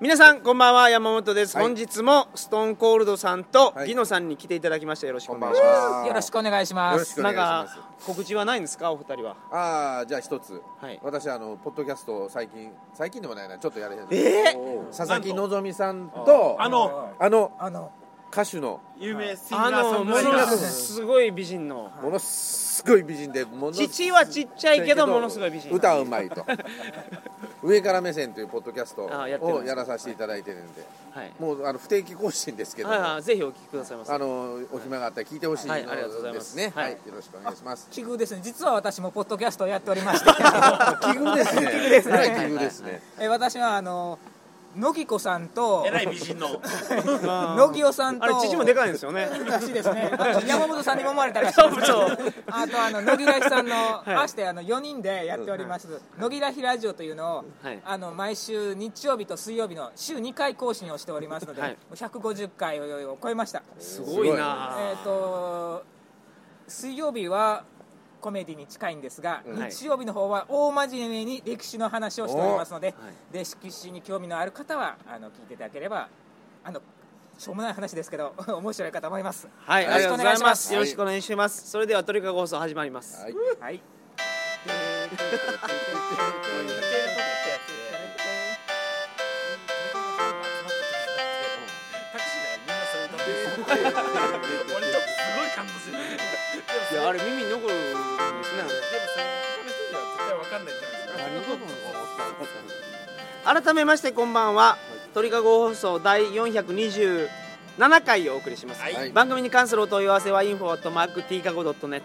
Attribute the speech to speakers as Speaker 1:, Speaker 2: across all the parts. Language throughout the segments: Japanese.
Speaker 1: 皆さんこんばんは山本です、
Speaker 2: はい
Speaker 1: 本日もストーンコールドさんと、
Speaker 2: はい
Speaker 1: ギノさんに来ていただきましたよろしくお願いしま
Speaker 2: よ
Speaker 3: よろしくお願いしま
Speaker 2: よろし
Speaker 3: す
Speaker 2: く
Speaker 1: す
Speaker 2: お
Speaker 1: な
Speaker 2: 願い
Speaker 1: ん
Speaker 2: しま
Speaker 1: か
Speaker 2: す
Speaker 1: 告知はないんですかお二人は
Speaker 2: ああじゃあ一つ、
Speaker 1: はい
Speaker 2: 私あのポッドキャストを最近最近でもないなちょっとやれへん
Speaker 1: え
Speaker 2: 佐々木希さんと
Speaker 4: あの
Speaker 2: あの
Speaker 3: あの
Speaker 2: 歌手の
Speaker 4: 有名シンガ
Speaker 1: あ
Speaker 4: ーソ
Speaker 1: の
Speaker 4: ン
Speaker 1: も
Speaker 4: グライタ
Speaker 1: の
Speaker 4: ー
Speaker 1: すごい美人の
Speaker 2: ものすごい美人でものすごい
Speaker 1: 父はちっちゃいけどものすごい美人
Speaker 2: 歌はうま いと上から目線というポッドキャスト
Speaker 1: あやってるんで
Speaker 2: を
Speaker 1: す
Speaker 2: やらさせていただいてるんで
Speaker 1: はい
Speaker 2: もうあの不定期更新ですけども、
Speaker 1: はいはいぜひお聞きくださいませ
Speaker 2: あのお暇があったら聞いてほしいの
Speaker 1: はいありがとうございま
Speaker 2: ですすね
Speaker 1: は
Speaker 2: はいい、よろしくお願いし ます
Speaker 3: 奇遇ですね実は私もポッドキャストをやっておりまして
Speaker 2: 奇遇ですね奇遇
Speaker 3: ですね
Speaker 2: はい奇遇ですね
Speaker 3: え私はあの乃木子さんと
Speaker 4: えらい美人の
Speaker 3: 乃木尾さんと
Speaker 1: あれ父もでかいんですよね
Speaker 3: らしいで すねあと山本さんにもまれたらしい
Speaker 1: そう
Speaker 3: です
Speaker 1: そう
Speaker 3: あとあの乃木らひさんの、
Speaker 1: い
Speaker 3: 合わせてあの4人でやっております、乃木らひラジオというのを、
Speaker 1: はい
Speaker 3: あの毎週日曜日と水曜日の週2回更新をしておりますので、
Speaker 1: はい
Speaker 3: もう150回を超えました
Speaker 1: すごいな
Speaker 3: えー、と水曜日はコメディに近いんですが、
Speaker 1: はい
Speaker 3: 日曜日の方は大真面目に歴史の話をしておりますので、
Speaker 1: おはい
Speaker 3: 歴史に興味のある方はあの聞いていただければあのしょうもない話ですけど 面白いかと思います。
Speaker 1: はい、ありがとうございます。よ
Speaker 2: よ
Speaker 1: ろ
Speaker 2: ろ
Speaker 1: し
Speaker 2: し
Speaker 1: く
Speaker 2: く
Speaker 1: お願いします。それではトリカゴ放送始まります。
Speaker 2: はい
Speaker 3: はい、
Speaker 4: タクシーだからみんなそう歌ってる割とすごい感動するでも
Speaker 1: いや、あれ耳に残るんですね。
Speaker 4: それ他の人には絶対わかんないじゃないですか
Speaker 1: 改めましてこんばんは鳥かご放送第427回をお送りします、
Speaker 4: はい
Speaker 1: 番組に関するお問い合わせは info at mark tkago.net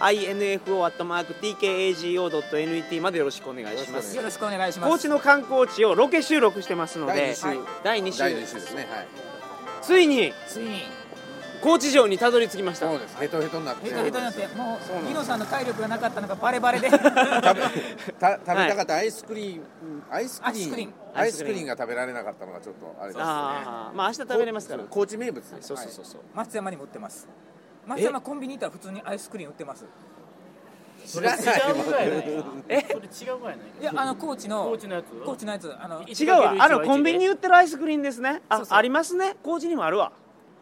Speaker 1: info at mark tkago.net までよろしくお願いします
Speaker 3: よろしくお願いします。
Speaker 1: 高知の観光地をロケ収録してますので
Speaker 2: 第
Speaker 1: 第2
Speaker 2: 二週
Speaker 1: 週
Speaker 2: 第二週ですねはい
Speaker 1: ついに
Speaker 3: ついに
Speaker 1: 高知城にたどり着きました
Speaker 2: そうですヘトヘトになって
Speaker 3: ヘトヘトになっても
Speaker 2: そうなんです
Speaker 3: うギノさんの体力がなかったのがバレバレで
Speaker 2: 食べた食べたかったアイスクリームアイスクリ
Speaker 3: アイスクリ
Speaker 2: ー
Speaker 3: ー
Speaker 2: ム
Speaker 3: ム
Speaker 2: アイスクリームが食べられなかったのがちょっとあれです
Speaker 1: ああまあ明日食べれますから
Speaker 2: 高知名物
Speaker 1: そうそうそうそう
Speaker 3: 松山にも売ってます。松山コンビニ行ったら普通にアイスクリーム売ってます。
Speaker 2: 知らない
Speaker 4: 違うぐらいない
Speaker 1: え
Speaker 4: それ違うぐらいない
Speaker 3: いやあの高知の
Speaker 4: 高知のやつ
Speaker 3: 高知のやつあの
Speaker 1: 違うわあのコンビニに
Speaker 4: い
Speaker 1: 売ってるアイスクリームですね
Speaker 3: そ
Speaker 1: あ
Speaker 3: うそう
Speaker 1: ありますね高知にもあるわ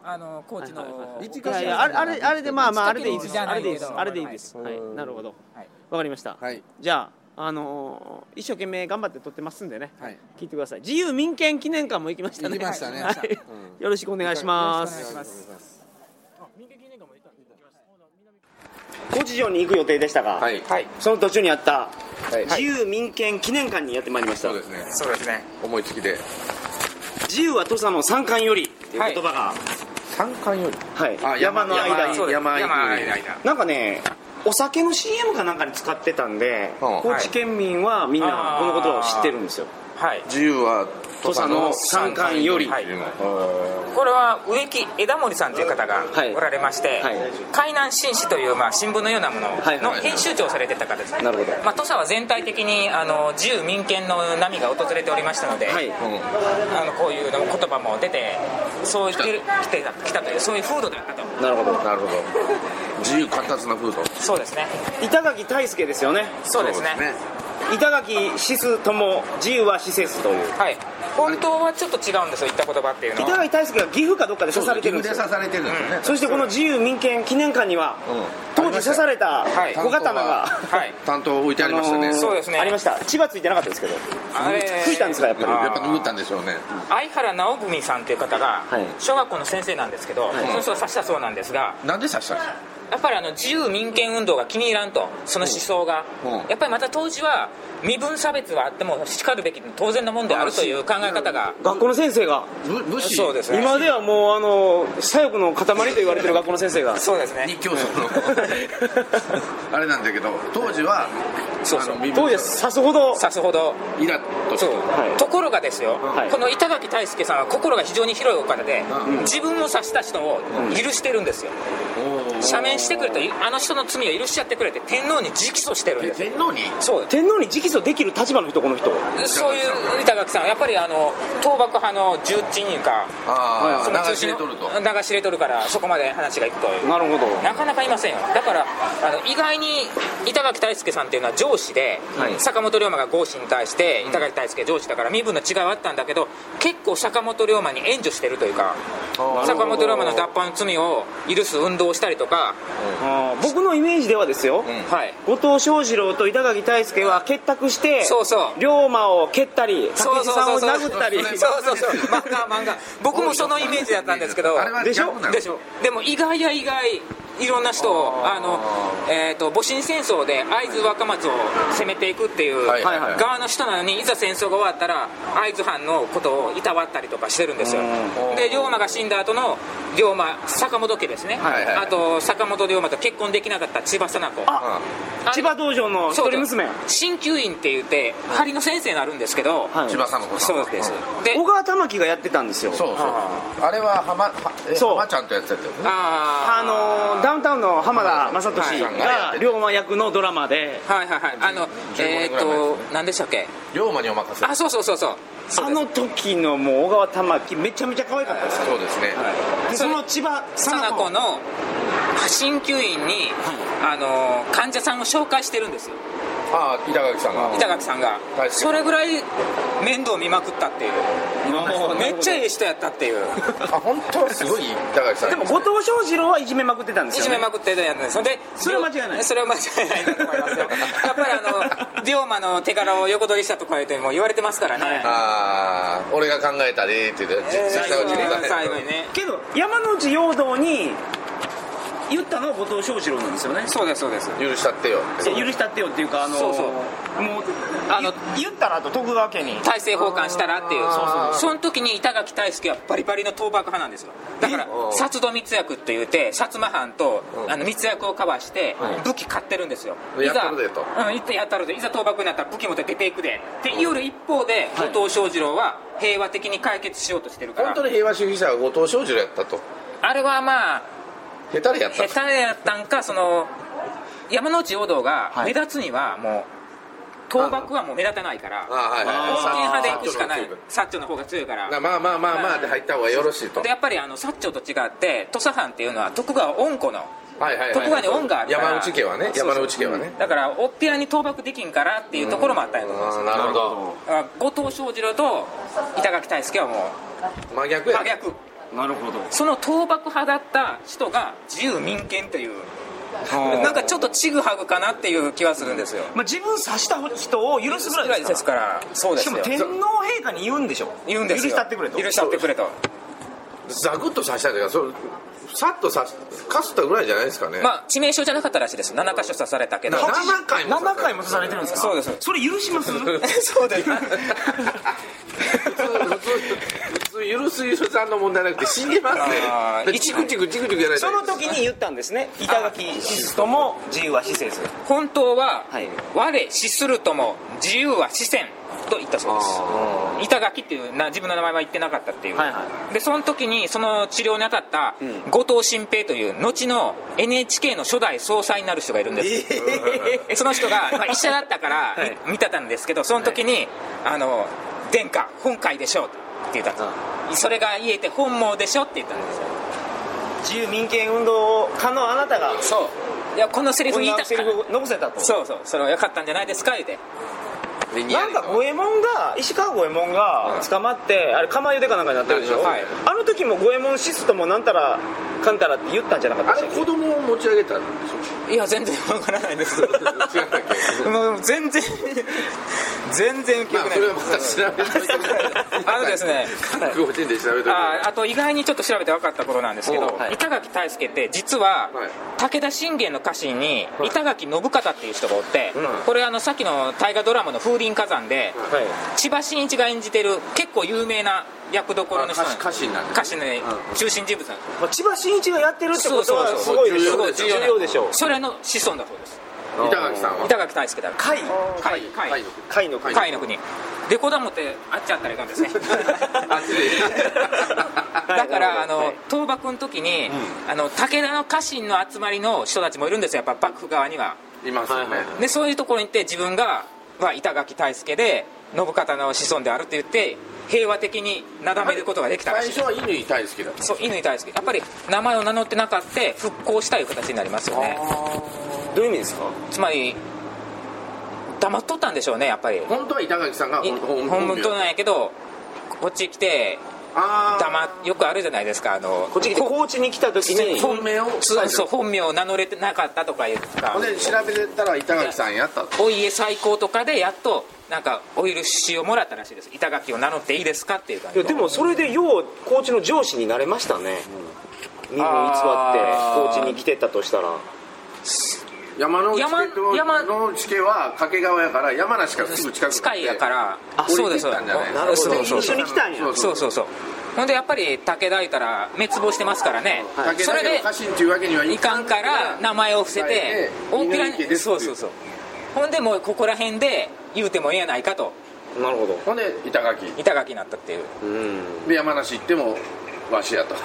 Speaker 3: あの高知の、
Speaker 1: はいはいはい
Speaker 2: 一
Speaker 1: い
Speaker 2: か
Speaker 1: や
Speaker 2: 所
Speaker 1: いやあれあれあれでまあまああ
Speaker 3: 一
Speaker 1: れ
Speaker 3: か
Speaker 1: でいい
Speaker 3: 所
Speaker 1: です
Speaker 3: じゃ
Speaker 1: あ
Speaker 3: な
Speaker 1: れ
Speaker 3: い
Speaker 1: でいい
Speaker 3: け
Speaker 1: で
Speaker 3: ど
Speaker 1: すあれでいいです
Speaker 2: はい
Speaker 1: はい
Speaker 2: うん
Speaker 1: なるほど
Speaker 3: はい
Speaker 1: わかりました
Speaker 2: はい
Speaker 1: じゃああのー一生懸命頑張って撮ってますんでね
Speaker 2: はい
Speaker 1: 聞いてください自由民権記念館も行きましたね
Speaker 2: 行きましたね
Speaker 1: はい
Speaker 2: はいう ん
Speaker 1: よろしくお願いします
Speaker 3: よろしくお願いします
Speaker 1: 高知城に行く予定でしたが
Speaker 2: はいはい
Speaker 1: その途中にあった
Speaker 2: はい
Speaker 1: 自由民権記念館にやってまいりました
Speaker 2: そうですね
Speaker 4: そうですね
Speaker 2: 思いつきで
Speaker 1: 自由は土佐の三冠よりという言葉が
Speaker 2: 山間より
Speaker 1: はい、
Speaker 2: あ山の間
Speaker 1: そうです
Speaker 2: 山間
Speaker 4: 山の間
Speaker 1: なんかねお酒の CM かなんかに使ってたんで、
Speaker 2: うん
Speaker 1: 高知県民はみんなこの言葉を知ってるんですよ
Speaker 5: はい、
Speaker 2: 自由は
Speaker 1: 土佐の山間より、
Speaker 5: はい
Speaker 2: の
Speaker 5: これは植木枝森さんという方が
Speaker 1: はい
Speaker 5: おられまして、
Speaker 1: はい
Speaker 5: 海南新市という、まあ、新聞のようなもの
Speaker 1: はい
Speaker 5: の編集長をされてた方ですね、
Speaker 1: なるほど
Speaker 5: まあ、土佐は全体的にあの自由民権の波が訪れておりましたので、
Speaker 1: はい
Speaker 5: あのこういうの言葉も出てそう来てる来てた来たというそういう風土だったと
Speaker 1: なるほど
Speaker 2: なるほど自由活発な風土
Speaker 5: そうですね
Speaker 1: 板垣大輔ですよね
Speaker 5: そうですね
Speaker 1: 板垣シスとも自由は死せずという
Speaker 5: はい本当はちょっと違うんですよ言った言葉っていうの
Speaker 1: 板
Speaker 5: は
Speaker 1: 垣大輔が岐阜かどっかで刺されてるんですよ
Speaker 2: 刺されてるんですよね
Speaker 1: そしてこの自由民権記念館には、
Speaker 2: うん
Speaker 1: 当時刺された
Speaker 5: はい
Speaker 1: 小刀が、
Speaker 5: はい
Speaker 2: 担当置いてありました
Speaker 1: あ
Speaker 2: ね
Speaker 1: のー
Speaker 5: そうですね
Speaker 1: ありました血はついてなかったですけど
Speaker 5: あれ
Speaker 1: 吹いたんですかやっぱり
Speaker 2: やっぱ拭ったんでしょうね
Speaker 5: 相原直文さんという方が
Speaker 1: はい
Speaker 5: 小学校の先生なんですけど、
Speaker 1: い
Speaker 5: その人が指したそうなんですが
Speaker 2: なんで刺したんですか
Speaker 5: やっぱりあの自由民権運動が気に入らんとその思想が、
Speaker 2: うんうん
Speaker 5: やっぱりまた当時は身分差別はあってもしかるべき当然のもんであるという考え方が
Speaker 1: 学校の先生が
Speaker 2: 武武士
Speaker 5: そうですね
Speaker 1: 今ではもうあの左翼の塊と言われてる学校の先生が
Speaker 5: そうですね
Speaker 2: 日教祖の あれなんだけど当時は
Speaker 5: そうそう
Speaker 2: あの身分
Speaker 1: 当時はさすほど
Speaker 5: さすほど
Speaker 2: イラッとし
Speaker 5: そう、
Speaker 1: はい
Speaker 5: ところがですよ、
Speaker 1: はい
Speaker 5: この板垣大輔さんは心が非常に広いお方で、
Speaker 2: うん
Speaker 5: 自分を刺した人を許してるんですよ、赦免してくれとあの人の罪を許しちゃってくれって天皇に直訴してるん
Speaker 2: え
Speaker 5: ですよ
Speaker 2: 天皇に
Speaker 5: そう
Speaker 1: 天皇に直訴できる立場の人この人
Speaker 5: そういう板垣さんはやっぱりあの倒幕派の重鎮いうか
Speaker 2: ああ
Speaker 5: その
Speaker 2: 流
Speaker 5: 中
Speaker 2: し
Speaker 5: 心
Speaker 2: 入れ
Speaker 5: の
Speaker 2: とると
Speaker 5: 流し入れとるからそこまで話がいくという
Speaker 1: なるほど
Speaker 5: なかなかいませんよだからあの意外に板垣大輔さんっていうのは上司で、
Speaker 1: はい
Speaker 5: 坂本龍馬が合子に対して板垣大輔上司だから身分の違いはあったんだけど結構坂本龍馬に援助してるというか坂本龍馬の脱藩の罪を許す運動をしたりとか、
Speaker 1: あー僕のイメージではですよ、
Speaker 2: ん
Speaker 5: はい
Speaker 1: 後藤翔二郎と板垣退助は結託して
Speaker 5: そうそう
Speaker 1: 龍馬を蹴ったり
Speaker 5: そ
Speaker 1: 武
Speaker 5: う
Speaker 1: 井
Speaker 5: そう
Speaker 1: さん
Speaker 5: そ
Speaker 1: を
Speaker 5: うそう
Speaker 1: 殴ったり
Speaker 5: そうそうそう漫画漫画僕もそのイメージだったんですけど
Speaker 2: あれは
Speaker 1: でしょ
Speaker 2: 逆なの
Speaker 5: でしょでも意外や意外いろんな人をあの、えー、と戊辰戦争で会津若松を攻めていくっていう
Speaker 2: はいはいはい
Speaker 5: 側の人なのにいざ戦争が終わったら会津藩のことをいたわったりとかしてるんですよで龍馬が死んだ後の龍馬坂本家ですね、
Speaker 2: はいはい
Speaker 5: あと坂本龍馬と結婚できなかった千葉貞子
Speaker 1: あ千葉道場の一人娘
Speaker 5: 鍼灸院って言って針の先生になるんですけど、
Speaker 1: はい
Speaker 2: 千葉さんの子さん
Speaker 5: そうです、
Speaker 2: ん
Speaker 5: で
Speaker 1: 小川玉木がやってたんですよ
Speaker 2: そうそうあれは浜はえ
Speaker 1: そう
Speaker 2: 浜ちゃんとやってたよね
Speaker 5: あ
Speaker 1: あのーダウンタウンの浜田雅
Speaker 2: はい
Speaker 1: 俊が龍馬役のドラマで
Speaker 5: ーはいはいはいあの
Speaker 2: 15
Speaker 5: えっ、
Speaker 2: ぐらい前
Speaker 5: と
Speaker 2: です
Speaker 5: 何でしたっけ
Speaker 2: 龍馬にお任せ
Speaker 5: あそうそうそうそう
Speaker 1: あの時のもう小川玉木めちゃめちゃ可愛かったです
Speaker 2: そうですね
Speaker 1: でその千葉さ
Speaker 5: 佐
Speaker 1: な
Speaker 5: 奈子
Speaker 1: 子
Speaker 5: の鍼灸院に、あの患者さんを紹介してるんですよ
Speaker 2: ああ板垣さんが
Speaker 5: 板垣さんが
Speaker 2: はい
Speaker 5: それぐらい面倒見まくったっていうもうめっちゃええ人やったっていう
Speaker 2: あ本当はすごい板垣さん
Speaker 1: でも後藤翔二郎はいじめまくってたんで
Speaker 5: い
Speaker 1: す
Speaker 5: じ
Speaker 1: よ
Speaker 5: め
Speaker 1: ね
Speaker 5: まくってたやつですそれで
Speaker 1: それは間違いない
Speaker 5: それは間違いないと思いますよやっぱり あの龍馬の手柄を横取りしたとか言っても言われてますからね、
Speaker 2: ああ俺が考えたでって言って
Speaker 5: えー
Speaker 2: 実際は自分が
Speaker 5: 最後にね
Speaker 1: けど山之内陽道に言ったのは後藤翔二郎なんですよね
Speaker 5: そうですそうです
Speaker 2: 許したってよ
Speaker 1: いや許したってよっていうかあの
Speaker 5: そうそう
Speaker 1: もうあの言ったらと徳川家に
Speaker 5: 大政奉還したらっていうその時に板垣大助はバリバリの倒幕派なんですよだから薩戸密約って言って薩摩藩とあの密約を交わして武器買ってるんですよ
Speaker 2: でやったるでと
Speaker 5: うんいってやったるでいざ倒幕になったら武器持って出ていくでって言う一方で後藤翔二郎は平和的に解決しようとしてるか
Speaker 2: 本
Speaker 5: ら
Speaker 2: 当に平和主義者は後藤少女やったと
Speaker 5: あれはまあ
Speaker 2: 下手でやった
Speaker 5: 下
Speaker 2: と
Speaker 5: 手やったんかその山之内陽道が目立つにはもう倒幕はもう目立たないから
Speaker 2: ああはい
Speaker 5: 穏
Speaker 2: はい
Speaker 5: 健派で行くしかない
Speaker 2: 薩長の
Speaker 5: サッチョの方が強いから
Speaker 2: なまあまあまあまあで入った方がよろしいと
Speaker 5: でやっぱりあの薩長と違って土佐藩っていうのは徳川恩子の
Speaker 2: はいはいはい
Speaker 5: 徳川に恩があるから
Speaker 2: 山内家はね
Speaker 5: そうそう
Speaker 2: 山内家はね
Speaker 5: だからおっぴらに倒幕できんからっていうところもあったんやと思うんです
Speaker 2: あ
Speaker 5: よ
Speaker 2: あなるほど
Speaker 5: だから後藤翔二郎と板垣退助はも
Speaker 2: 真
Speaker 5: う
Speaker 2: 逆や
Speaker 5: 真逆
Speaker 1: なるほど
Speaker 5: その倒幕派だった人が自由民権というなんかちょっとちぐはぐかなっていう気はするんですよ
Speaker 1: まあ、自分刺した人を許すぐら
Speaker 5: ぐら
Speaker 1: い
Speaker 5: い
Speaker 1: で
Speaker 5: ですす
Speaker 1: か
Speaker 5: からそう
Speaker 1: らし
Speaker 5: です
Speaker 1: かも
Speaker 5: よ
Speaker 1: 天皇陛下に言うんでしょ
Speaker 5: 言うんです
Speaker 1: 許し
Speaker 5: よ
Speaker 1: たってくれと
Speaker 5: 許したってくれと
Speaker 2: ザクッと刺したというかそうさっと刺しかすったぐらいじゃないですかね
Speaker 5: まあ致命傷じゃなかったらしいです7箇所刺されたけど
Speaker 2: な7回も
Speaker 1: 7回も刺されてるんですか
Speaker 5: そうです
Speaker 1: それ許します
Speaker 5: そうです
Speaker 2: 普通普通許す許さんの問題なくて死んでますね
Speaker 5: あー
Speaker 2: でチクチクチクチクやられて
Speaker 1: その時に言ったんですね板垣シストも自由は死せず
Speaker 5: 本当は、
Speaker 1: はい
Speaker 5: 我死するとも自由は死せんと言ったそうです板垣っていうな自分の名前は言ってなかったっていう、
Speaker 1: はいは
Speaker 5: でその時にその治療に当たった
Speaker 1: ん
Speaker 5: 後藤新平という後の NHK の初代総裁になる人がいるんです、えその 人が、まあ、医者だったから、
Speaker 1: はい
Speaker 5: 見てたんですけどその時に、あの「殿下本会でしょ」って言ったんですそれが言えて本望でしょって言ったんです
Speaker 1: 自由民権運動を可能あなたが
Speaker 5: そういやこのセリフ
Speaker 1: こん
Speaker 5: 言いた
Speaker 1: な
Speaker 5: かっ
Speaker 1: セ
Speaker 5: た
Speaker 1: リフを残せたと
Speaker 5: そうそうそれは良かったんじゃないですか言うて
Speaker 2: でニヤ
Speaker 1: な
Speaker 2: リ
Speaker 1: ん
Speaker 2: と
Speaker 1: か五右衛門が石川五右衛門が捕まってあれ釜茹でかなんかになってるでしょ、
Speaker 5: はい
Speaker 1: あの時も五右衛門シストもなんたらかんたらって言ったんじゃなかった
Speaker 2: あ
Speaker 1: でし
Speaker 2: れ
Speaker 1: たっ
Speaker 2: 子
Speaker 1: け
Speaker 2: 供を持ち上げたんでしょ
Speaker 5: いや全然わからないです
Speaker 2: 違ったっけ
Speaker 5: もう全然全然記
Speaker 2: ま
Speaker 5: 憶
Speaker 2: あ
Speaker 5: な
Speaker 2: そ
Speaker 5: い
Speaker 2: れはまた調べておいてください
Speaker 5: あのですね
Speaker 2: 韓国人で調べておいてくだ
Speaker 5: あ
Speaker 2: さ
Speaker 5: ーあと意外にちょっと調べて分かったことなんですけど、
Speaker 2: おうはい
Speaker 5: 板垣退助って実は、
Speaker 2: はい
Speaker 5: 武田信玄の家臣に板垣信方っていう人がおって、
Speaker 2: うん
Speaker 5: これあのさっきの大河ドラマの「風林火山で」
Speaker 1: はい
Speaker 5: 千葉真一が演じてる結構有名な役どころの人なんです
Speaker 2: あ歌手歌手になる
Speaker 5: 歌手のね中心人物なんです
Speaker 1: まあ、千葉真一がやってるってことは
Speaker 5: そう
Speaker 1: す
Speaker 5: そ
Speaker 2: そ
Speaker 5: う
Speaker 1: ご
Speaker 2: う
Speaker 1: いでしょ
Speaker 2: そう
Speaker 1: 重要でしょう
Speaker 5: それの子孫だそうです
Speaker 2: い板垣さんは
Speaker 5: 板垣退助だから
Speaker 1: 貝
Speaker 5: はい
Speaker 2: はい
Speaker 5: はい
Speaker 1: 貝の貝
Speaker 5: 貝の国レコーダー持ってあっちゃったらいかんですね
Speaker 2: あっちで
Speaker 5: だか
Speaker 1: はい
Speaker 5: らあの倒幕の時に、あの武田の家臣の集まりの人たちもいるんですよやっぱ幕府側にはい
Speaker 2: ますよね
Speaker 5: でそういうところに行って自分が、まあ、板垣退助で信方の子孫であるって言って平和的になだめることができたら
Speaker 2: 最
Speaker 5: しい
Speaker 2: 初は乾大好きだった
Speaker 5: そう乾退助やっぱり名前を名乗ってなかった復興したいう形になりますよね
Speaker 1: どういう意味ですか
Speaker 5: つまり黙っとったんでしょうねやっぱり
Speaker 2: 本当は板垣さんが
Speaker 5: い
Speaker 2: 本
Speaker 5: 本
Speaker 2: 本
Speaker 5: 物
Speaker 2: 名
Speaker 5: となんやけどこっち来て
Speaker 2: ああ
Speaker 5: 黙よくあるじゃないですかあの
Speaker 1: こっち来て高知に来た時に
Speaker 2: 本名を
Speaker 5: そうそう本名を名乗れてなかったとかいうか
Speaker 2: ほんで調べてたら板垣さんやったと
Speaker 5: お家最高とかでやっとなんかお許しをもらったらしいです板垣を名乗っていいですかっていう感
Speaker 1: い
Speaker 5: じ
Speaker 1: やでもそれでよう高知の上司になれましたね身を偽って
Speaker 5: あ
Speaker 1: 高
Speaker 5: ー
Speaker 1: 知に来てったとしたら
Speaker 2: 山の内
Speaker 5: 山山
Speaker 2: の地形は掛川やから山梨からすぐ近く
Speaker 5: 近いやから
Speaker 2: あ
Speaker 5: そうですそうで
Speaker 2: な
Speaker 5: す
Speaker 1: なるほど
Speaker 5: そうそう
Speaker 1: 一緒に来たんや
Speaker 5: そうそうそうほんでやっぱり武田いたら滅亡してますからね、
Speaker 2: 武
Speaker 5: それ
Speaker 2: 田
Speaker 5: で
Speaker 2: 家の家臣っていうわけにはいい
Speaker 5: か
Speaker 2: か
Speaker 5: ん
Speaker 2: ん
Speaker 5: から名前を伏せて
Speaker 2: 大
Speaker 5: 大っぴら
Speaker 2: 家で
Speaker 5: に
Speaker 2: す
Speaker 5: そうそうそうほんでもうここら辺で言うてもええやないかと
Speaker 1: なるほど
Speaker 2: ほんで板垣
Speaker 5: 板垣になったっていう、
Speaker 1: うん
Speaker 2: で山梨行ってもわしやと
Speaker 5: う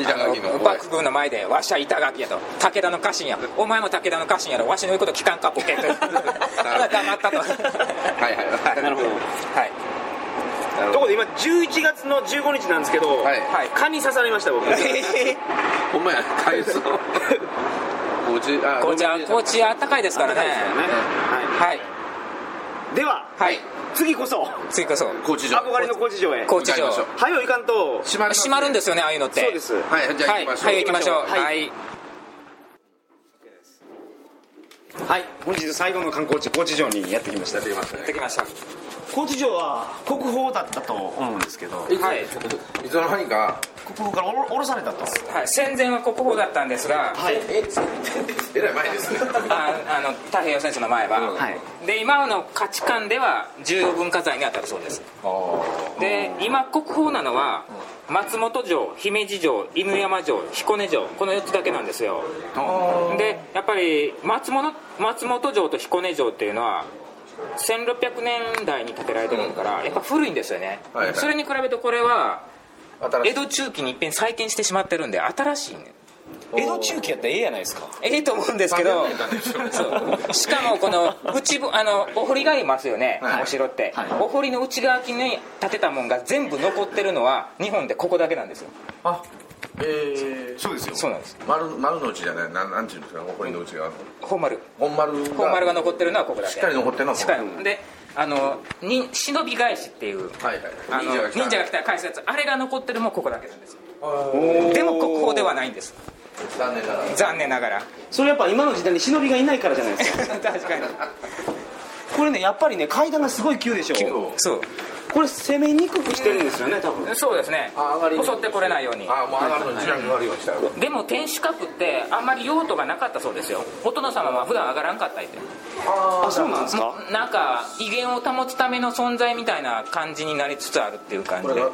Speaker 2: 板垣の声
Speaker 5: ん、幕府の前で「わしは板垣や」と「武田の家臣や」「お前も武田の家臣やろわしの言うこと聞かんかボケ」と黙ったとは
Speaker 2: はいはいはい
Speaker 1: なるほ ど
Speaker 5: い
Speaker 2: なる
Speaker 1: と
Speaker 2: ほ
Speaker 1: ころで今11月の15日なんですけど、
Speaker 2: はい
Speaker 5: はい
Speaker 1: 蚊に刺されました 僕
Speaker 2: どほんまや海藻 高知あ
Speaker 5: 紅茶紅茶あったかいですからね
Speaker 1: は
Speaker 5: はい
Speaker 1: い、では
Speaker 5: はい
Speaker 1: 次こそ
Speaker 5: 次こそ
Speaker 2: 高知城
Speaker 1: 憧れの高知城へ
Speaker 5: 高知
Speaker 2: 向かい
Speaker 5: 城
Speaker 2: ましょう
Speaker 1: はよいかんと
Speaker 2: 閉まります
Speaker 5: 閉まるんですよねああいうのって
Speaker 1: そうです
Speaker 2: はいじゃあ
Speaker 5: は
Speaker 2: 行
Speaker 5: い
Speaker 2: きましょう
Speaker 5: はい行きましょう
Speaker 1: はい
Speaker 5: はい
Speaker 1: はい本日最後の観光地高知城にやってきました
Speaker 2: やってきました
Speaker 5: 行っ
Speaker 2: ね
Speaker 5: てきました
Speaker 1: 高知城は国宝だったと思うんですけど
Speaker 5: はい
Speaker 2: いつの間にか
Speaker 1: 国宝からおろおろされたと
Speaker 5: はい戦前は国宝だったんですが
Speaker 1: はい
Speaker 2: えらい前ですね
Speaker 5: ああの太平洋戦争の前は、
Speaker 1: はい
Speaker 5: で今の価値観では重要文化財に当たるそうですで今国宝なのは松本城姫路城犬山城彦根城この4つだけなんですよでやっぱり松本松本城と彦根城っていうのは1600年代に建てられてるからやっぱ古いんですよね、
Speaker 2: はいはい
Speaker 5: それに比べてこれは
Speaker 2: 新し
Speaker 5: 江
Speaker 2: い
Speaker 5: 戸中期に一遍再建してしまってるんで新しいね
Speaker 1: 江戸中期やったらええやないですか
Speaker 5: ええと思うんですけどそうしかもこの内ぶあのお堀がありますよね、お城って、お堀の内側に建てたもんが全部残ってるのは日本でここだけなんですよ
Speaker 2: あえー
Speaker 4: そうですよ
Speaker 5: そうなんです
Speaker 2: 丸丸の内じゃないなんなんていうんですかここにの内側の
Speaker 5: 本丸
Speaker 2: 本丸が
Speaker 5: 本丸が残ってるのはここだけ
Speaker 2: しっかり残ってるのは
Speaker 5: しっかり残ってるであのに忍び返しっていう
Speaker 2: はいはい
Speaker 5: あの
Speaker 2: 忍
Speaker 5: 忍
Speaker 2: 者
Speaker 5: 者
Speaker 2: が
Speaker 5: が
Speaker 2: 来
Speaker 5: 来たら返すやつあれが残ってるもんここだけなんですよでも国宝ではないんです
Speaker 2: た残念ながら
Speaker 5: 残念 ながら
Speaker 1: それやっぱ今の時代に忍びがいないからじゃないですか
Speaker 5: 確かに
Speaker 1: これねやっぱりね階段がすごい急でしょ
Speaker 5: そう
Speaker 1: これ攻めにくくしてるんですよね多分
Speaker 5: そうですね
Speaker 2: あ上がりに
Speaker 5: 襲ってこれないように
Speaker 2: ああもう上がるの自分が悪いようにしたよ
Speaker 5: でも天守閣ってあんまり用途がなかったそうですよお殿様は普段上がらんかったって
Speaker 1: あそうなんですか
Speaker 5: なんか威厳を保つための存在みたいな感じになりつつあるっていう感
Speaker 2: これ
Speaker 5: じで
Speaker 2: が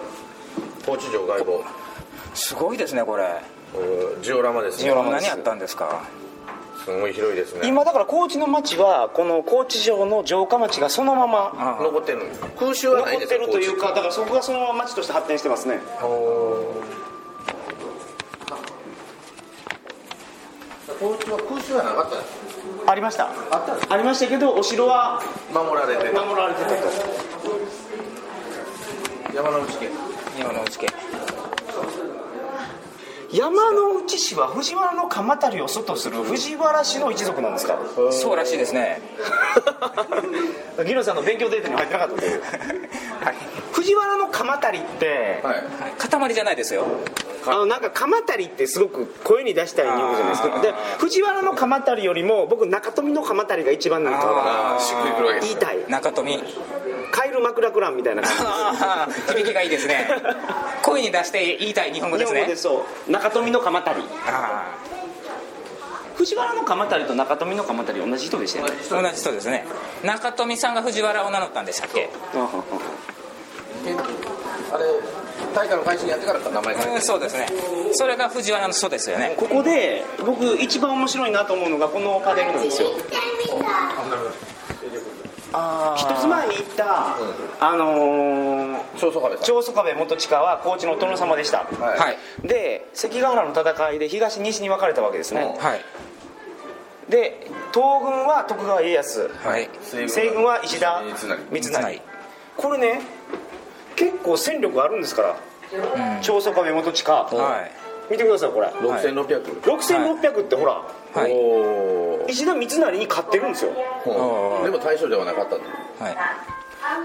Speaker 2: 高知城外房
Speaker 5: すごいですねこれ
Speaker 2: えージオラマですね
Speaker 5: ジオラマ何やったんですか
Speaker 2: すごい広いですね
Speaker 1: 今だから高知の町はこの高知城の城下町がそのまま
Speaker 5: あ
Speaker 2: 残ってるの空襲はない
Speaker 1: 残
Speaker 2: で
Speaker 1: っ
Speaker 2: す
Speaker 1: て
Speaker 2: よ
Speaker 1: るというかだからそこがそのまま町として発展してますね
Speaker 2: 高知は空襲はなかったんです
Speaker 1: ありました
Speaker 2: あったんです
Speaker 1: ありましたけどお城は
Speaker 2: 守られて
Speaker 1: 守られてたと
Speaker 2: 山の内家
Speaker 5: 今のうち家
Speaker 1: 山の内氏は藤原の鎌足りを祖とする藤原氏の一族なんですか
Speaker 5: そうらしいですね
Speaker 1: ギノさんの勉強データに入ってなかったという
Speaker 5: はい
Speaker 1: 藤原の鎌足りって
Speaker 2: はい
Speaker 5: 塊じゃないですよ
Speaker 1: あのなんか鎌足りってすごく声に出したい日本じゃないです
Speaker 5: あ
Speaker 1: か
Speaker 5: ー
Speaker 1: で藤原の鎌足りよりも僕中富の鎌足りが一番なんか
Speaker 5: あ
Speaker 2: しっくりくるわけで
Speaker 1: 言
Speaker 2: す
Speaker 1: いたい
Speaker 5: 中富
Speaker 1: カエル枕クランみたいな感じ
Speaker 5: ああ響きがいいですね声に出して言いたい日本語 で
Speaker 1: 日
Speaker 5: す
Speaker 1: 本語
Speaker 5: ね
Speaker 1: でそう中富の鎌足り
Speaker 5: あ
Speaker 1: 藤原の鎌足りと中富の鎌足り同じ人でしたよね
Speaker 5: あ同じ人ですね中富さんが藤原を名乗ったんでしたっけ
Speaker 2: あれ大化の改新やってからか名前変え
Speaker 5: うんそうですねそれが藤原の書ですよね
Speaker 1: ここで僕一番面白いなと思うのがこのパネルなんですよ一つ前に行った、あのー
Speaker 2: た長宗我部さん
Speaker 1: 長宗我部元親は高知のお殿様でした、
Speaker 2: はい
Speaker 5: はい
Speaker 1: で関ヶ原の戦いで東西に分かれたわけですね、
Speaker 5: はい
Speaker 1: で東軍は徳川家康
Speaker 5: はい
Speaker 1: 西軍は石田
Speaker 2: 三成
Speaker 1: 三
Speaker 5: つな
Speaker 1: 成これね結構戦力あるんですから長宗我部元親、
Speaker 5: はい
Speaker 1: 見てくださいこれ
Speaker 2: 6600
Speaker 1: 6600ってほら、
Speaker 5: はい
Speaker 2: お
Speaker 1: 石田三成に買ってるんですよ
Speaker 2: おでも大将ではなかったの
Speaker 5: はい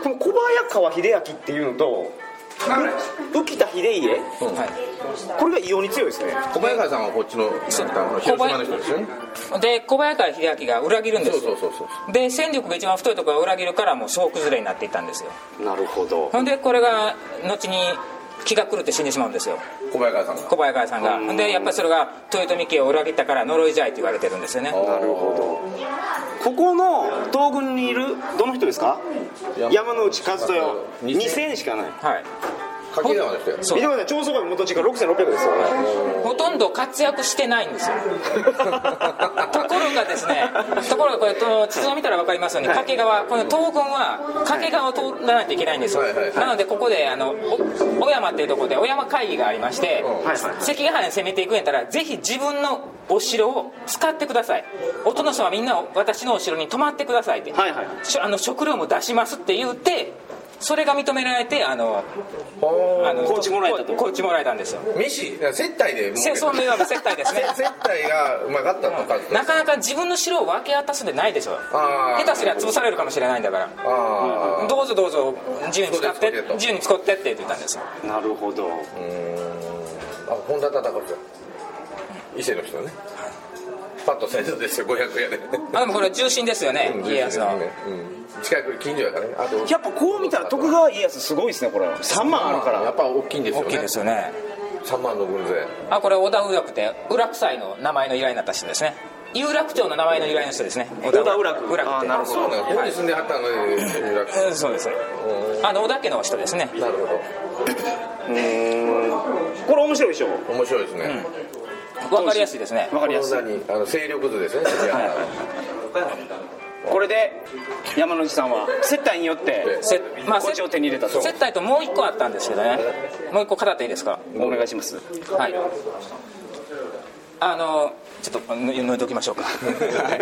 Speaker 1: この小早川秀明っていうのとう浮田秀家
Speaker 5: はい
Speaker 1: これが異様に強いですね
Speaker 2: 小早川さんはこっちのあの広島の人ですよね
Speaker 5: で小早川秀明が裏切るんで
Speaker 2: そう
Speaker 5: す
Speaker 2: そう
Speaker 5: よ
Speaker 2: そうそう
Speaker 5: で戦力が一番太いところが裏切るからもう総崩れになっていったんですよ
Speaker 1: なるほど
Speaker 5: ほんでこれが後に気が狂って死んでしまうんですよ
Speaker 2: 小早川さんが
Speaker 5: 小早川さんがほんでやっぱりそれが豊臣家を裏切ったから呪いじゃいって言われてるんですよね
Speaker 1: なるほどここの東軍にいるどの人ですか
Speaker 2: 山
Speaker 1: 山之内和豊
Speaker 2: 2000
Speaker 1: 2000しかない
Speaker 5: はい
Speaker 2: 掛川の人
Speaker 1: 見てく
Speaker 2: や
Speaker 1: ださい長宗我の元地が6600ですよ
Speaker 5: ほとんど活躍してないんですよところがで すねところがこれこの地図を見たら分かりますように掛川この東軍は掛川を通らないといけないんですよ、
Speaker 2: はいはいはい
Speaker 5: なのでここであのお小山っていうところで小山会議がありまして、
Speaker 1: はいはい
Speaker 5: 関ヶ原に攻めていくんやったらぜひ自分のお城を使ってくださいお殿様みんな私のお城に泊まってくださいって、
Speaker 1: はいはい
Speaker 5: しあの食料も出しますって言ってそれが認められてあのあの
Speaker 1: 高知もらえたと
Speaker 5: 高知もらえたんですよ
Speaker 2: 飯接待で儲け
Speaker 5: 戦
Speaker 2: た
Speaker 5: 争のいわば接待ですね
Speaker 2: 接待がうまかったのか
Speaker 5: なかなか自分の城を分け渡すでないでしょ
Speaker 2: あー
Speaker 5: 下手すりゃ潰されるかもしれないんだから
Speaker 2: ああ
Speaker 5: どうぞどうぞ自由に使っ
Speaker 2: そうです
Speaker 5: て
Speaker 2: そうです
Speaker 5: 自由に使ってって言ってたんですよ
Speaker 1: なるほど
Speaker 2: うーんあ本田忠子さん伊勢の人ねパッと最初ですよ500円で
Speaker 5: あでもこれ重心ですよね家康の
Speaker 2: うん近く近所やからねあと
Speaker 1: やっぱこう見たら徳川家康すごいですねこれ3万あるか
Speaker 2: や
Speaker 1: ら
Speaker 2: っぱ大きいんですよ
Speaker 5: 大
Speaker 2: ね
Speaker 5: きいですよね
Speaker 2: 3万の軍勢
Speaker 5: あこれ織田右翼って浦楽斎の名前の由来になった人ですね有楽町の名前の由来の人ですね織
Speaker 1: 田浦楽
Speaker 5: 浦楽って
Speaker 1: あなるほ
Speaker 2: そうなのここに住んではったのに有楽町
Speaker 5: うんそうですあの織田家の人ですね
Speaker 2: なるほ
Speaker 1: これ面白いでしょ
Speaker 2: ど面白いですね
Speaker 5: 分かりやすいですね
Speaker 1: わかりやすい
Speaker 2: こんなにあの勢力図ですね
Speaker 1: これで山之内さんは接待によって
Speaker 5: せまあ
Speaker 1: こっちを手に入れたと
Speaker 5: 接待ともう一個あったんですけどねもう一個語っていいですか
Speaker 1: お願いします
Speaker 5: はい。あのちょっとぬ抜いておきましょうか。はい
Speaker 1: はい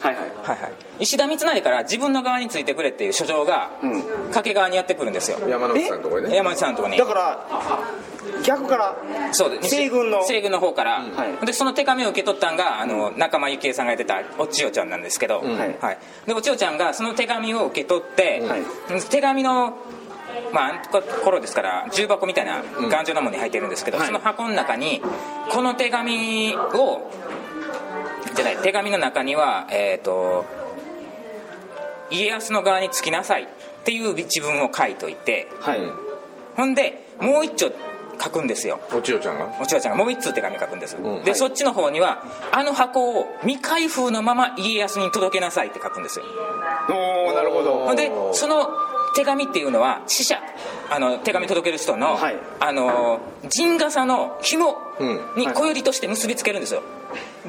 Speaker 1: はい
Speaker 5: はいはい。石田三成から自分の側についてくれっていう書状が、掛川にやってくるんですよ。
Speaker 2: 山之内さんのところね
Speaker 5: 山内さんのとこに
Speaker 1: だから逆から
Speaker 5: そうです
Speaker 1: 西軍の
Speaker 5: 西軍の方から、
Speaker 1: は
Speaker 5: でその手紙を受け取ったんがあの仲間由紀恵さんがやってたお千代ちゃんなんですけど、
Speaker 1: はい
Speaker 5: はい、でお千代ちゃんがその手紙を受け取って、
Speaker 1: はい
Speaker 5: 手紙のまああのこ頃ですから重箱みたいな頑丈なものに入ってるんですけど、
Speaker 1: はい
Speaker 5: その箱の中にこの手紙をじゃない手紙の中にはえっ、と家康の側につきなさいっていう一文を書いといて
Speaker 1: はい
Speaker 5: ほんでもう一丁書くんですよ
Speaker 2: お千代ちゃんが
Speaker 5: お千代ちゃんがもう一通手紙書くんです、
Speaker 2: ん
Speaker 5: で、そっちの方にはあの箱を未開封のまま家康に届けなさいって書くんですよ
Speaker 1: おおなるほど
Speaker 5: ほんでその手紙っていうのは死者あの手紙届ける人の、
Speaker 1: はい
Speaker 5: あの陣笠の紐に
Speaker 1: はい
Speaker 5: 小よりとして結びつけるんですよ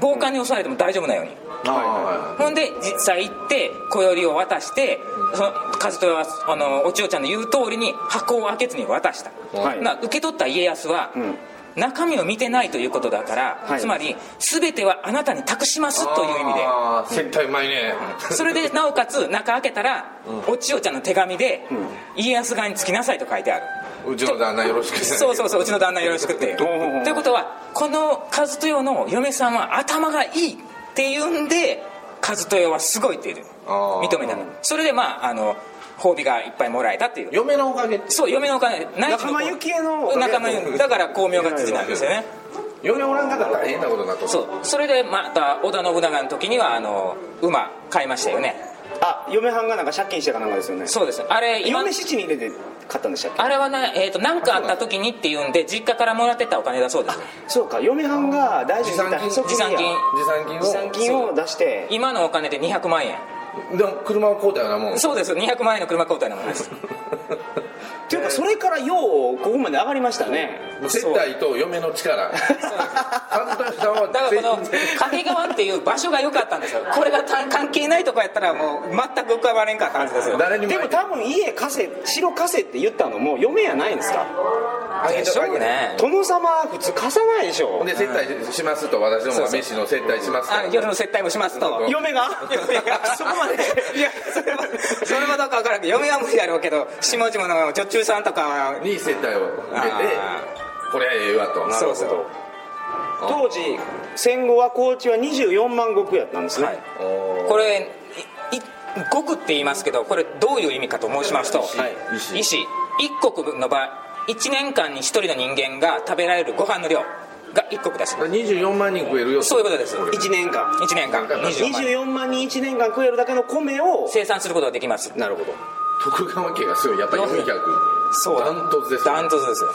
Speaker 5: 防寒に襲われても大丈夫なように
Speaker 2: は
Speaker 5: ほんで実際行って小よりを渡してその和豊はあのお千代ちゃんの言う通りに箱を開けずに渡した、
Speaker 1: はい
Speaker 5: な受け取った家康は、
Speaker 1: ん
Speaker 5: 中身を見てないということだから、
Speaker 1: はい
Speaker 5: つまり全てはあなたに託します
Speaker 2: いはい
Speaker 5: という意味で
Speaker 2: あー接待うまいね
Speaker 5: それでなおかつ中開けたら、お千代ちゃんの手紙で、家康側につきなさいと書いてある
Speaker 2: うちの旦那よろしく
Speaker 5: そうそうそううちの旦那よろしくっていうということはこの和豊の嫁さんは頭がいいっていうんで和豊はすごいっていう
Speaker 2: あー
Speaker 5: 認めたのそれでまああの褒美がいっぱいもらえたっていう
Speaker 2: 嫁のおかげ
Speaker 5: そう嫁のお金内地
Speaker 1: 仲
Speaker 5: の
Speaker 1: 間由紀恵のおかげ
Speaker 5: 仲間由紀だから巧妙がつきなんですよね
Speaker 2: 嫁おらんかったら大変なことになっとった
Speaker 5: そうそれでまた織田信長の時にはあの馬買いましたよね
Speaker 1: あ嫁はんがなんか借金してかなんかですよね
Speaker 5: そうですあれ今
Speaker 1: 嫁七に入れて買ったんでしたっけ
Speaker 5: あれはねえーと何かあった時にっていうんで実家からもらってたお金だそうです
Speaker 1: そうか嫁はんが大事にした
Speaker 2: 持参金
Speaker 1: そうか
Speaker 5: 持参金
Speaker 2: 持参金を
Speaker 1: 持参金を出して
Speaker 5: 今のお金で200万円
Speaker 2: でも車を買うたようなもん
Speaker 5: そうです200万円の車交代のものです
Speaker 1: というかそれからようここまで上がりましたね
Speaker 2: もう接待と嫁の力簡単したは
Speaker 5: だからこの掛川っていう場所が良かったんですよこれが単関係ないとこやったらもう全く浮かばれんかったはずですよ
Speaker 2: 誰にも
Speaker 1: でも多分家貸せ城貸せって言ったのも嫁やないんですか
Speaker 2: あげ
Speaker 5: でしょうね
Speaker 1: 殿様は普通貸さないでしょ
Speaker 2: で接待しますと私どもが飯の接待しますと
Speaker 5: あ夜の接待もしますと
Speaker 2: うん
Speaker 1: 嫁が そこまで
Speaker 5: いやそれはそれはどうか分からんけど嫁は無理やろうけど下々の女中さんとかは
Speaker 2: に接待を受けて
Speaker 5: あ
Speaker 2: これええわと
Speaker 5: そうそう
Speaker 1: 当時戦後は高知は24万石やったんですね、
Speaker 5: はいこれいい国って言いますけどこれどういう意味かと申しますと
Speaker 1: はい
Speaker 5: 医師医師1国の場合1年間に1人の人間が食べられるご飯の量が1国です
Speaker 2: 24万人食えるよ
Speaker 5: そういうことです
Speaker 1: 1年間
Speaker 5: 1年間24万
Speaker 1: 24万人1年間食えるだけの米を
Speaker 5: 生産することができます
Speaker 1: なるほど
Speaker 2: 徳川家がすごいやっぱり400
Speaker 5: そう
Speaker 2: ダントツですね
Speaker 5: ダントツです
Speaker 2: ね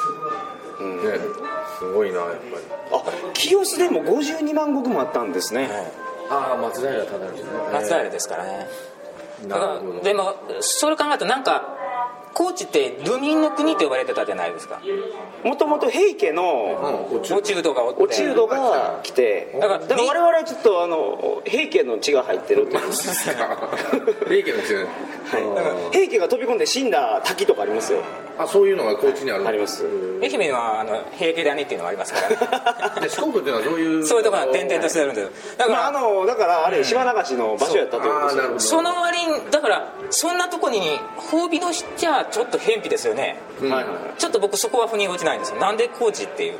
Speaker 2: すごいなやっぱり
Speaker 1: あ清須でも52万石もあったんですね、
Speaker 2: ああ松平忠之ね
Speaker 5: 松平ですからね
Speaker 2: な
Speaker 5: だから
Speaker 2: るほど
Speaker 5: でもそれ考えるとなんか高知って流民の国と呼ばれてたじゃないですか
Speaker 1: もともと平家の
Speaker 2: うん、お中
Speaker 5: 落ちるとかおって
Speaker 1: 落人が来て
Speaker 5: だ
Speaker 1: だ
Speaker 5: か
Speaker 1: からら我々はちょっとあの平家の血が入ってるっていう
Speaker 2: ですか霊家のですよね
Speaker 1: はい平家が飛び込んで死んだ滝とかありますよ
Speaker 2: あそういうのが高知にある
Speaker 1: あります
Speaker 5: 愛媛はあの平家だねっていうのがありますからね
Speaker 2: で四国っていうのはそういう
Speaker 5: そういうところが点々としてるんですだか
Speaker 1: まあ、
Speaker 5: ら、
Speaker 1: あのだからあれ島流しの場所やったということで
Speaker 2: ああ
Speaker 1: すよ
Speaker 2: なるほど
Speaker 5: その割にだからそんなとこに褒美のしちゃちょっと偏僻ですよね
Speaker 2: うん
Speaker 1: はいはいはい
Speaker 5: ちょっと僕そこは腑に落ちないんですよなんで高知っていう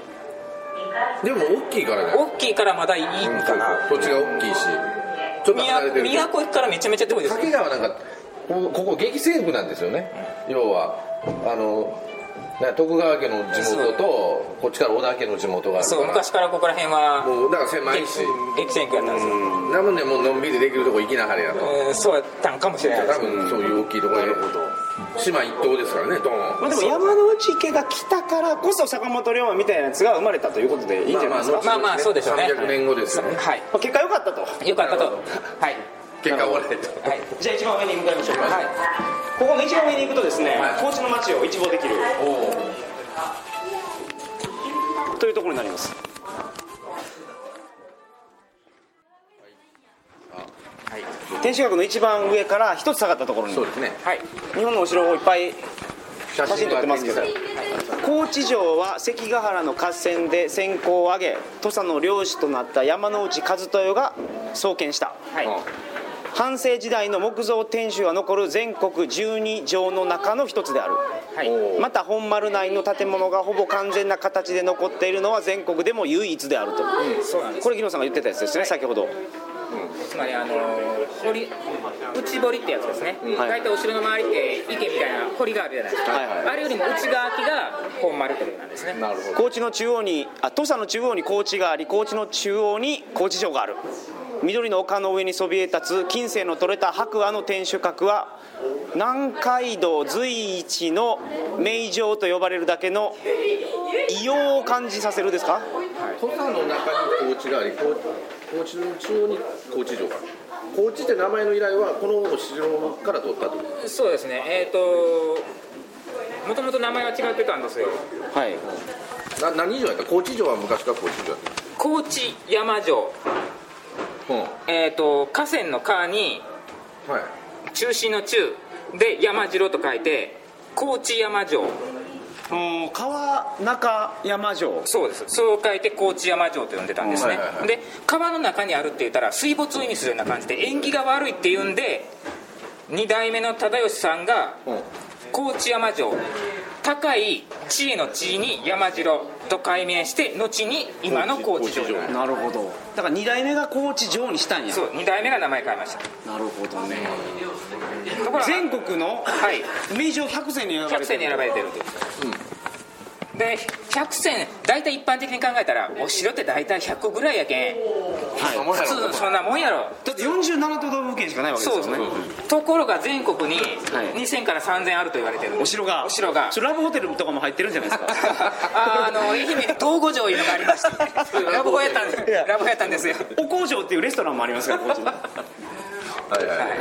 Speaker 2: でも大きいからね
Speaker 5: 大きいからまだいいかな
Speaker 2: 土地が大きいしちょっと離れて
Speaker 5: 宮
Speaker 2: る
Speaker 5: 宮古行くからめちゃめちゃ遠いですよ
Speaker 2: 掛川なんかこここ激戦区なんですよね、要はあのな徳川家の地元とこっちから織田家の地元があるか
Speaker 5: そう
Speaker 2: ら
Speaker 5: 昔からここら辺は
Speaker 2: もうだから狭い
Speaker 5: 激
Speaker 2: し
Speaker 5: 激戦区やったんですよ
Speaker 2: なもんでもうのんびりできるとこ行きなはれやと
Speaker 5: うんそうやったんかもしれないで
Speaker 2: 多
Speaker 5: す
Speaker 2: 分そういう大きいところ島一島ですからねドーン
Speaker 1: まあ、でも山之内家が来たからこそ坂本龍馬みたいなやつが生まれたということでいいんじゃないですか、まあ
Speaker 5: まあまあそうでしょうね
Speaker 2: 300年後ですよね
Speaker 5: はい
Speaker 1: 結果良かったと
Speaker 5: よかったと
Speaker 2: なるほ
Speaker 5: はい
Speaker 2: 結果終われと
Speaker 5: はい
Speaker 1: じゃあ一番上に向かいましょうか、
Speaker 5: はい
Speaker 1: ここの一番上に行くとですね、
Speaker 2: はい
Speaker 1: 高知の街を一望できるというところになります
Speaker 5: はい
Speaker 1: 天守閣の一番上から一つ下がったところに
Speaker 2: そうですね
Speaker 5: はい
Speaker 1: 日本のお城をいっぱい
Speaker 2: 写
Speaker 1: 写真撮ってますけど高知城は関ヶ原の合戦で戦功を挙げ土佐の領主となった山之内和豊が創建した
Speaker 5: はい
Speaker 1: 半世時代の木造天守が残る全国12城の中の一つである
Speaker 5: はい
Speaker 1: また本丸内の建物がほぼ完全な形で残っているのは全国でも唯一であると、
Speaker 5: そうなんです
Speaker 1: これ木野さんが言ってたやつですね、先ほど
Speaker 5: つまりあの掘り内堀ってやつですね、
Speaker 1: はい
Speaker 5: 大体お城の周りって池みたいな堀があるじゃないですか、
Speaker 1: はいはい
Speaker 5: あれよりも内側木が本丸ってことなんですね
Speaker 2: なるほど
Speaker 1: 高知の中央にあ土佐の中央に高知があり高知の中央に高知城がある緑の丘の上にそびえ立つ近世の取れた白亜の天守閣は南海道随一の名城と呼ばれるだけの異様を感じさせるですか
Speaker 2: 土佐の中に高知があり高高知の中央に高知城がある高知って名前の由来はこのお城から取ったってこと
Speaker 5: そうですねえっ、ともともと名前は違ってたんですよ
Speaker 1: はい
Speaker 2: な何城やった高知城は昔から高知城やっ
Speaker 5: 高知山城
Speaker 2: たうん
Speaker 5: えっ、と河川の川に
Speaker 2: はい
Speaker 5: 中心の中で山城と書いて高知山城
Speaker 1: もう川中山城
Speaker 5: そうですそう書いて高知山城と呼んでたんですね、
Speaker 2: うんはいはいはい
Speaker 5: で川の中にあるって言ったら水没を意味するような感じで縁起が悪いって言うんで2代目の忠義さんが
Speaker 2: うん
Speaker 5: 高知山城高い知恵の地に山城と改名して後に今の高知城になる
Speaker 1: なるほどだから2代目が高知城にしたんや
Speaker 5: そう2代目が名前変えました
Speaker 1: なるほどね
Speaker 5: ところが
Speaker 1: 全国の
Speaker 5: はい
Speaker 1: 名城100選に選ばれ
Speaker 5: 100
Speaker 1: て
Speaker 5: 選
Speaker 1: る
Speaker 5: に選ばれてるという、で100選大体一般的に考えたらお城って大体100個ぐらいやけん
Speaker 1: はい、
Speaker 5: 普通そんなもんやろ
Speaker 1: だって47都道府県しかないわけです
Speaker 5: そう
Speaker 1: よ
Speaker 5: で
Speaker 1: ね
Speaker 5: すねところが全国に
Speaker 1: い
Speaker 5: 2000から3000あると言われてる
Speaker 1: お城が
Speaker 5: お城が
Speaker 1: それラブホテルとかも入ってるんじゃないですか
Speaker 5: あーあの愛媛に東郷城いうのがありましてラブホやったん
Speaker 1: い
Speaker 5: で
Speaker 1: や
Speaker 5: ラブホやったんですよ
Speaker 1: お工場っていうレストランもありますから高知に
Speaker 2: はいはいはい
Speaker 5: はい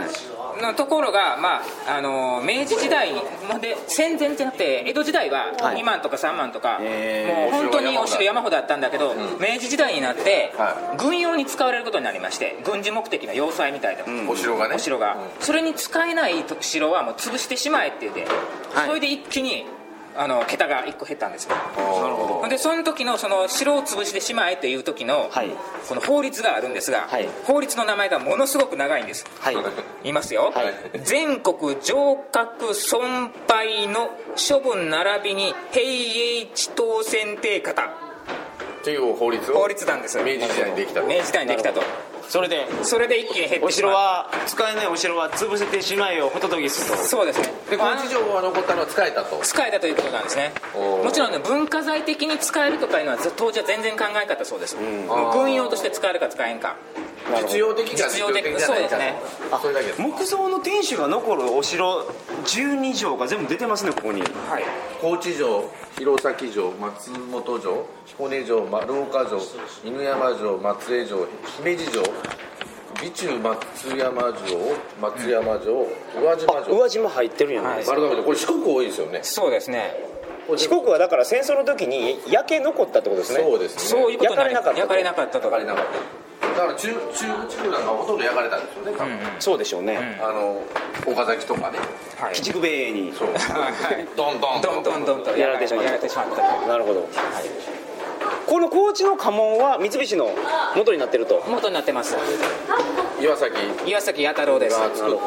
Speaker 5: のところが、まあ、あの明治時代まで戦前じゃなくて江戸時代は
Speaker 1: はい
Speaker 5: 2万とか3万とか、
Speaker 1: へ
Speaker 5: もう本当にお
Speaker 2: お城
Speaker 5: 城山ほどあったんだけど、明治時代になって、
Speaker 2: は
Speaker 5: 軍用に使われることになりまして軍事目的の要塞みたいな、
Speaker 2: お城がね
Speaker 5: お城が、それに使えないと城はもう潰してしまえって言って、
Speaker 1: はい
Speaker 5: それで一気にあの桁が1個減ったんですよでその時のその城を潰してしまえっていう時の、
Speaker 1: はい
Speaker 5: この法律があるんですが、
Speaker 1: はい
Speaker 5: 法律の名前がものすごく長いんです
Speaker 1: はい
Speaker 5: 言いますよ、
Speaker 1: はい
Speaker 5: 全国城郭損廃の処分並びに平永地等選定方
Speaker 2: っていう法律を
Speaker 5: 法律なんですよ
Speaker 2: 明治時代にできたと
Speaker 5: 明治時代にできたと
Speaker 1: それで
Speaker 5: それで一気に減ってしま
Speaker 1: お城
Speaker 5: う
Speaker 1: は使えないお城は潰せてしまえよホトトギスと
Speaker 5: そうですね
Speaker 2: で
Speaker 5: まあ
Speaker 2: 高知城は残ったのは使えたと
Speaker 5: 使えたということなんですね
Speaker 2: おー
Speaker 5: もちろんね文化財的に使えるとかいうのはず当時は全然考え方そうです、もう軍用として使えるか使えんか
Speaker 2: 実用的か
Speaker 5: 実用的
Speaker 2: じゃないか
Speaker 5: そうですね
Speaker 2: あそれだけです
Speaker 1: 木造の天守が残るお城12畳が全部出てますねここに
Speaker 5: はい
Speaker 2: 高知城弘前城松本城彦根城丸岡城犬山城松江城姫路城備中松山城松山城宇和島
Speaker 1: 宇
Speaker 2: 城
Speaker 1: 和島入ってるやないですか
Speaker 2: 丸亀城これ四国多いですよね
Speaker 5: そうですね
Speaker 1: 四国はだから戦争の時に焼け残ったってことですね
Speaker 2: そうですね
Speaker 5: そういうことになり
Speaker 1: 焼かれなかった
Speaker 5: 焼かれなかったと
Speaker 2: 分かりなかっただから中中地区なんかはほとんど焼かれたんですよね多分、
Speaker 1: そうでしょうね、
Speaker 2: あの岡崎とかね
Speaker 5: はい
Speaker 1: 鬼畜米英に
Speaker 2: そうどんどん
Speaker 5: どんどんどんと
Speaker 1: やられてしまった
Speaker 5: やられてしまった
Speaker 1: なるほど、この高知の家紋は三菱の元になってると
Speaker 5: 元になってます
Speaker 2: 岩崎
Speaker 5: 岩崎弥太郎です
Speaker 2: が作った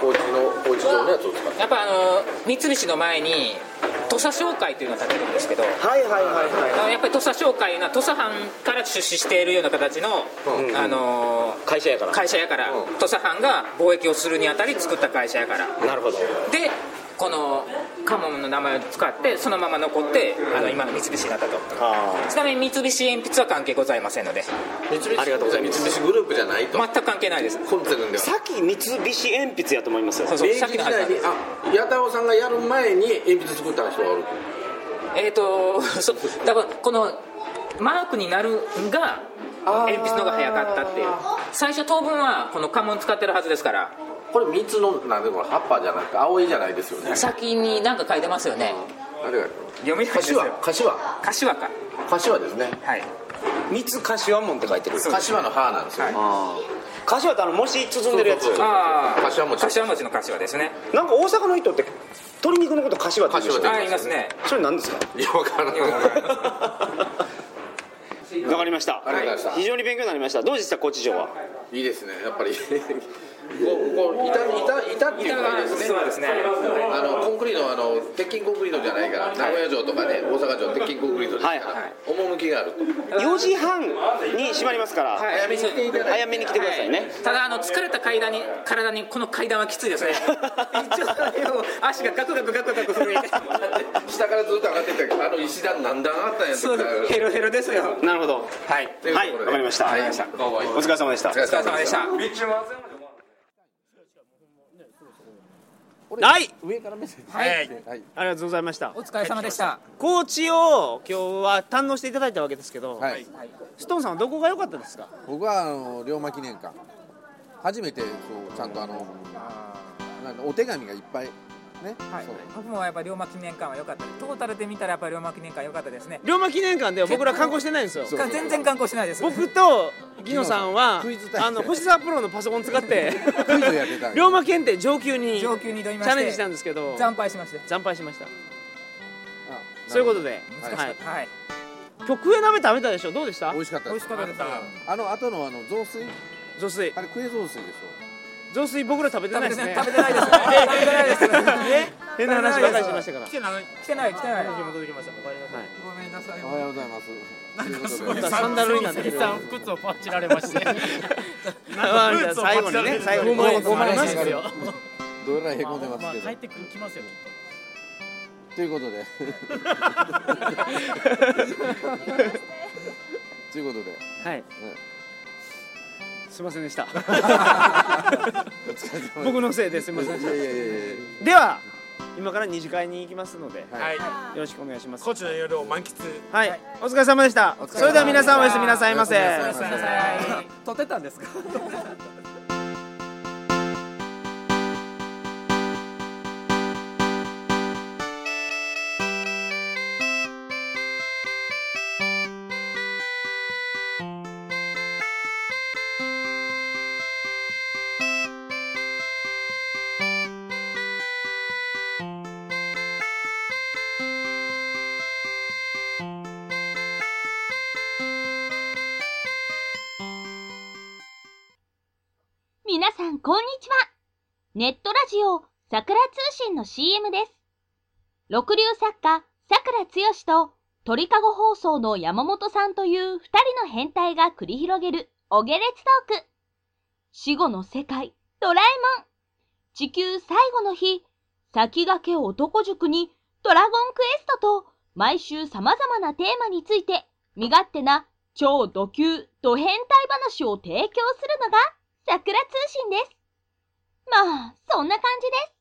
Speaker 2: 高知の高知城のやつを使って
Speaker 5: やっぱあの三菱の前に土佐商会というのを建てるんですけど
Speaker 1: はいはいはい
Speaker 5: あ
Speaker 1: は
Speaker 5: のやっぱり土佐商会いうのは土佐藩から出資しているような形の、
Speaker 2: うん
Speaker 5: あの
Speaker 1: い会社やから
Speaker 5: 会社やから、
Speaker 2: うん
Speaker 5: 土佐藩が貿易をするにあたり作った会社やから
Speaker 1: なるほど
Speaker 5: でこの家紋の名前を使ってそのまま残ってあの今の三菱になったと
Speaker 1: あ
Speaker 5: ちなみに三菱鉛筆は関係ございませんので
Speaker 2: 三菱
Speaker 1: ありがとうございます
Speaker 2: 三菱グループじゃないと
Speaker 5: 全く関係ないです
Speaker 2: コンセプトで
Speaker 1: あ
Speaker 2: は
Speaker 1: さっき三菱鉛筆やと思いますよ
Speaker 5: そうそう
Speaker 2: 明
Speaker 5: さ
Speaker 2: 治時
Speaker 5: っきの話な
Speaker 2: 代
Speaker 5: んで
Speaker 2: に
Speaker 5: す
Speaker 2: あ八太郎さんがやる前に鉛筆作った人がおる
Speaker 5: えっ、と そ多分このマークになるが鉛筆の方が早かったっていう最初当分はこの家紋使ってるはずですから
Speaker 2: これ三つのなんでこれ葉っぱじゃなくて青いじゃないですよね
Speaker 5: 先に何か書いてますよね
Speaker 2: あれが
Speaker 5: 読み
Speaker 2: 柏柏
Speaker 5: 柏か
Speaker 2: 柏ですね
Speaker 5: はい
Speaker 1: 三つ柏門って書いてる
Speaker 2: 柏の葉なんですよね
Speaker 1: あー柏ってあのもし包んでるやつ
Speaker 2: そうそうそう
Speaker 5: ああ
Speaker 2: 柏餅
Speaker 5: 柏餅の柏ですね
Speaker 1: なんか大阪の人って鶏肉のこと柏って言うんですよ
Speaker 2: 柏
Speaker 5: ああいますね
Speaker 1: それ何ですか
Speaker 2: いやわからない
Speaker 5: やわからな
Speaker 1: わかりました
Speaker 2: ありがとうございました
Speaker 1: 非常に勉強になりましたどうでした高知城はい
Speaker 2: いですねやっぱりこうこう板板板っていうのがいいですね
Speaker 5: そうですね
Speaker 2: あのコンクリートあの鉄筋コンクリートじゃないから名古屋城とかね大阪城鉄筋コンクリートですか
Speaker 1: はい
Speaker 2: ら、
Speaker 1: は
Speaker 2: 趣があると
Speaker 1: 4時半に閉まりますから
Speaker 5: 早めに来ていた
Speaker 1: 早めに来てくださいね
Speaker 5: ただあの疲れた階段に体にこの階段はきつい ですね一応足がガクガクガクガク震えて
Speaker 2: 下からずっと上がってきたけどあの石段何段あったんやと
Speaker 5: そ
Speaker 2: か
Speaker 5: うヘロヘロですよ
Speaker 1: なるほど
Speaker 5: はい
Speaker 2: というとこ
Speaker 1: は
Speaker 2: ろで
Speaker 1: いわかりました
Speaker 2: はい
Speaker 1: わかりました
Speaker 2: どうも
Speaker 1: お疲れ様でした
Speaker 2: お疲れ
Speaker 5: お疲れ様でした
Speaker 3: はい
Speaker 6: はい
Speaker 3: ありがとうございました
Speaker 6: お疲れ様でした
Speaker 3: 高知を今日は堪能していただいたわけですけど、
Speaker 7: はい、
Speaker 3: ストーンさんはどこが良かったですか
Speaker 7: 僕はあの龍馬記念館初めてそうちゃんとあのなんかお手紙がいっぱいね、
Speaker 6: はい
Speaker 7: そう、
Speaker 6: 僕もやっぱ龍馬記念館は良かったですトータルで見たらやっぱ龍馬記念館良かったですね
Speaker 3: 龍馬記念館では僕ら観光してないんですよ
Speaker 7: そうそう
Speaker 6: 全然観光してないです
Speaker 3: 僕とギノさんは
Speaker 7: クイズ大会
Speaker 3: あの星沢プロのパソコン使って
Speaker 7: クイズやってたんや
Speaker 3: 龍馬検定上級にチ
Speaker 6: 上級に挑みまして
Speaker 3: ャレンジしたんですけど
Speaker 6: 惨敗しました
Speaker 3: 惨敗しました
Speaker 7: あ
Speaker 3: そういうことで、
Speaker 7: は
Speaker 3: はいい、
Speaker 6: はい
Speaker 3: 今日クエ鍋食べたでしょどうでした
Speaker 7: 美味しかった
Speaker 6: 美
Speaker 7: で
Speaker 6: 味し
Speaker 7: す
Speaker 6: かったです
Speaker 7: あの後のあの雑炊
Speaker 3: 雑炊
Speaker 7: あれクエ雑炊でし
Speaker 3: 雑炊僕ら 食べてないですね
Speaker 6: 食べてないですね食べてないです
Speaker 3: え変な話ばかりしましたから
Speaker 4: 来てないのに
Speaker 6: 来てない来てない
Speaker 4: 戻りましたもう帰りなさいごめんなさい
Speaker 7: ょおはようございますということで
Speaker 3: サンダルになってる
Speaker 4: さん靴をパッチられまして
Speaker 3: まあみたいな最後にね最後に
Speaker 4: ごめんご
Speaker 3: ごめん
Speaker 4: めん
Speaker 3: ごめん
Speaker 4: よ
Speaker 7: どれらいへこんでますけど、
Speaker 4: 帰ってきますよ
Speaker 7: ということでということで
Speaker 3: はいすいませんでした
Speaker 7: お疲れ様です
Speaker 3: 僕のせいですいませんで
Speaker 7: い
Speaker 3: し
Speaker 7: やいやいやいや
Speaker 3: たでは今から二次会に行きますのでよ
Speaker 4: はい
Speaker 3: ろしくお願いします
Speaker 4: コーチの夜を満喫
Speaker 3: はいお疲れ様でした
Speaker 7: 疲れ様でした
Speaker 3: それでは皆さんおやすみなさいませ
Speaker 7: おやすみ
Speaker 6: ごめ
Speaker 7: なさいませ
Speaker 6: んなさい撮ってたんですか
Speaker 8: 皆さん、こんにちは。ネットラジオ、桜通信の CM です。六流作家、桜つよしと、鳥かご放送の山本さんという二人の変態が繰り広げるお下列トーク。死後の世界、ドラえもん。地球最後の日、先駆け男塾にドラゴンクエストと毎週様々なテーマについて身勝手な超ド級ド変態話を提供するのが桜通信です。まあ、そんな感じです。